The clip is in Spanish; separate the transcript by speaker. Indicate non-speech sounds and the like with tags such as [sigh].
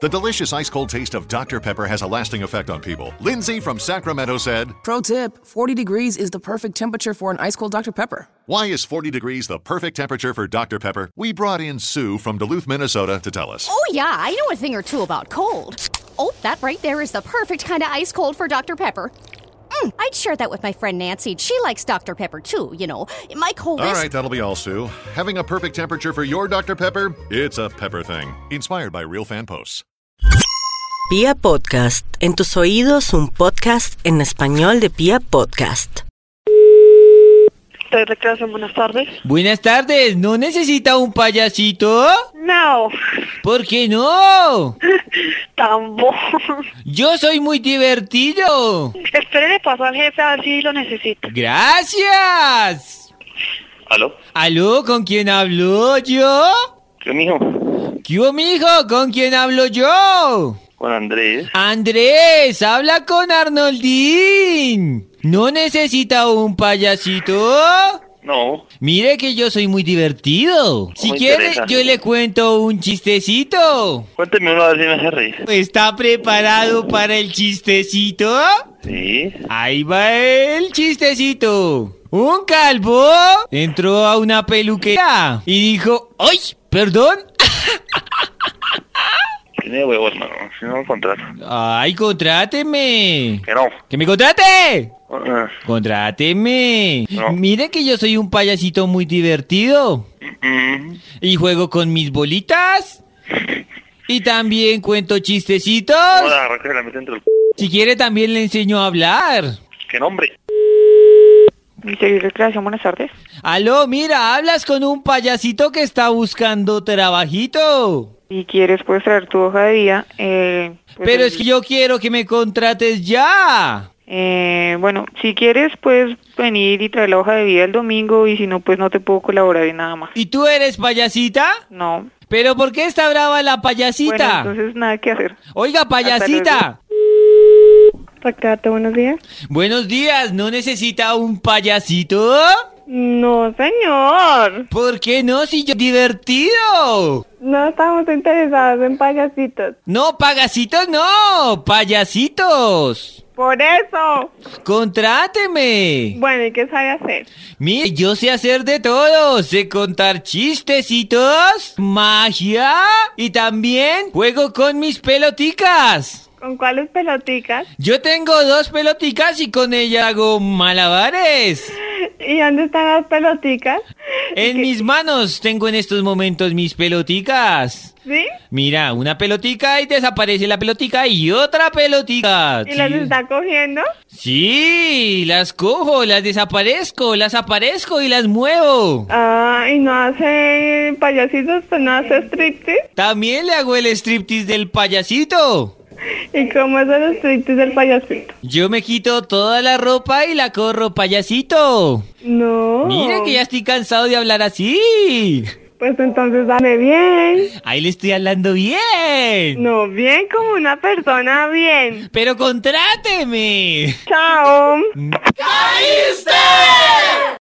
Speaker 1: The delicious ice cold taste of Dr. Pepper has a lasting effect on people. Lindsay from Sacramento said,
Speaker 2: Pro tip 40 degrees is the perfect temperature for an ice cold Dr. Pepper.
Speaker 1: Why is 40 degrees the perfect temperature for Dr. Pepper? We brought in Sue from Duluth, Minnesota to tell us.
Speaker 3: Oh, yeah, I know a thing or two about cold. Oh, that right there is the perfect kind of ice cold for Dr. Pepper. Mm, I'd share that with my friend Nancy. She likes Dr. Pepper too, you know. My coldest.
Speaker 1: All right, that'll be all, Sue. Having a perfect temperature for your Dr. Pepper? It's a Pepper thing. Inspired by real fan posts.
Speaker 4: Pia Podcast, en tus oídos un podcast en español de Pia Podcast.
Speaker 5: de recreación, buenas tardes.
Speaker 6: Buenas tardes, ¿no necesita un payasito?
Speaker 5: No,
Speaker 6: ¿Por qué no?
Speaker 5: tampoco.
Speaker 6: Yo soy muy divertido.
Speaker 5: [laughs] Espere, le paso al jefe a ver si lo necesita.
Speaker 6: Gracias.
Speaker 7: ¿Aló?
Speaker 6: ¿Aló? ¿Con quién hablo yo?
Speaker 7: ¿Qué, mijo?
Speaker 6: ¿Qué hubo, mijo? ¿Con quién hablo yo?
Speaker 7: Con Andrés.
Speaker 6: Andrés, habla con Arnoldín. ¿No necesita un payasito?
Speaker 7: No.
Speaker 6: Mire que yo soy muy divertido. Si
Speaker 7: me
Speaker 6: quiere,
Speaker 7: interesa.
Speaker 6: yo le cuento un chistecito.
Speaker 7: Cuénteme uno a ver si me hace reír.
Speaker 6: ¿Está preparado para el chistecito?
Speaker 7: Sí.
Speaker 6: Ahí va el chistecito. Un calvo entró a una peluquera y dijo, ¡ay! ¿Perdón?
Speaker 7: Tiene huevo, hermano. Si no, contrato.
Speaker 6: ¡Ay, contráteme!
Speaker 7: Que no.
Speaker 6: ¡Que me contrate!
Speaker 7: Ah,
Speaker 6: ¡Contráteme!
Speaker 7: No.
Speaker 6: Mire que yo soy un payasito muy divertido
Speaker 7: mm,
Speaker 6: y juego con mis bolitas y también cuento chistecitos.
Speaker 7: No la arranque la mete entre el... c-
Speaker 6: Si quiere también le enseño a hablar.
Speaker 7: ¿Qué nombre?
Speaker 5: Ministerio de Recreación, buenas tardes.
Speaker 6: Aló, mira, hablas con un payasito que está buscando trabajito.
Speaker 5: Si quieres, puedes traer tu hoja de vida. eh, pues,
Speaker 6: Pero
Speaker 5: el-
Speaker 6: es que yo quiero que me contrates ya.
Speaker 5: eh, bueno, si quieres, puedes venir y traer la hoja de vida el domingo y si no, pues no te puedo colaborar en nada más.
Speaker 6: ¿Y tú eres payasita?
Speaker 5: No.
Speaker 6: ¿Pero por qué está brava la
Speaker 5: Bueno,
Speaker 6: payasita?
Speaker 5: entonces nada que hacer.
Speaker 6: Oiga, payasita.
Speaker 5: Recreate, buenos días.
Speaker 6: Buenos días, ¿no necesita un payasito?
Speaker 5: No, señor.
Speaker 6: ¿Por qué no si yo divertido?
Speaker 5: No estamos interesados en payasitos.
Speaker 6: No, payasitos no, payasitos.
Speaker 5: Por eso.
Speaker 6: Contráteme.
Speaker 5: Bueno, ¿y qué sabe hacer?
Speaker 6: Mire, yo sé hacer de todo. Sé contar chistecitos, magia y también juego con mis peloticas.
Speaker 5: ¿Con cuáles peloticas?
Speaker 6: Yo tengo dos peloticas y con ella hago malabares.
Speaker 5: [laughs] ¿Y dónde están las peloticas?
Speaker 6: En mis manos tengo en estos momentos mis peloticas.
Speaker 5: ¿Sí?
Speaker 6: Mira, una pelotica y desaparece la pelotica y otra pelotica.
Speaker 5: ¿Y las
Speaker 6: Sí.
Speaker 5: está cogiendo?
Speaker 6: Sí, las cojo, las desaparezco, las aparezco y las muevo.
Speaker 5: Ah, ¿y no hace payasitos? pues, ¿No hace striptease?
Speaker 6: También le hago el striptease del payasito.
Speaker 5: ¿Y cómo es el striptease del payasito?
Speaker 6: Yo me quito toda la ropa y la corro, payasito.
Speaker 5: No.
Speaker 6: Mira que ya estoy cansado de hablar así.
Speaker 5: Pues entonces dame bien.
Speaker 6: Ahí le estoy hablando bien.
Speaker 5: No, bien como una persona bien.
Speaker 6: Pero contráteme.
Speaker 5: Chao.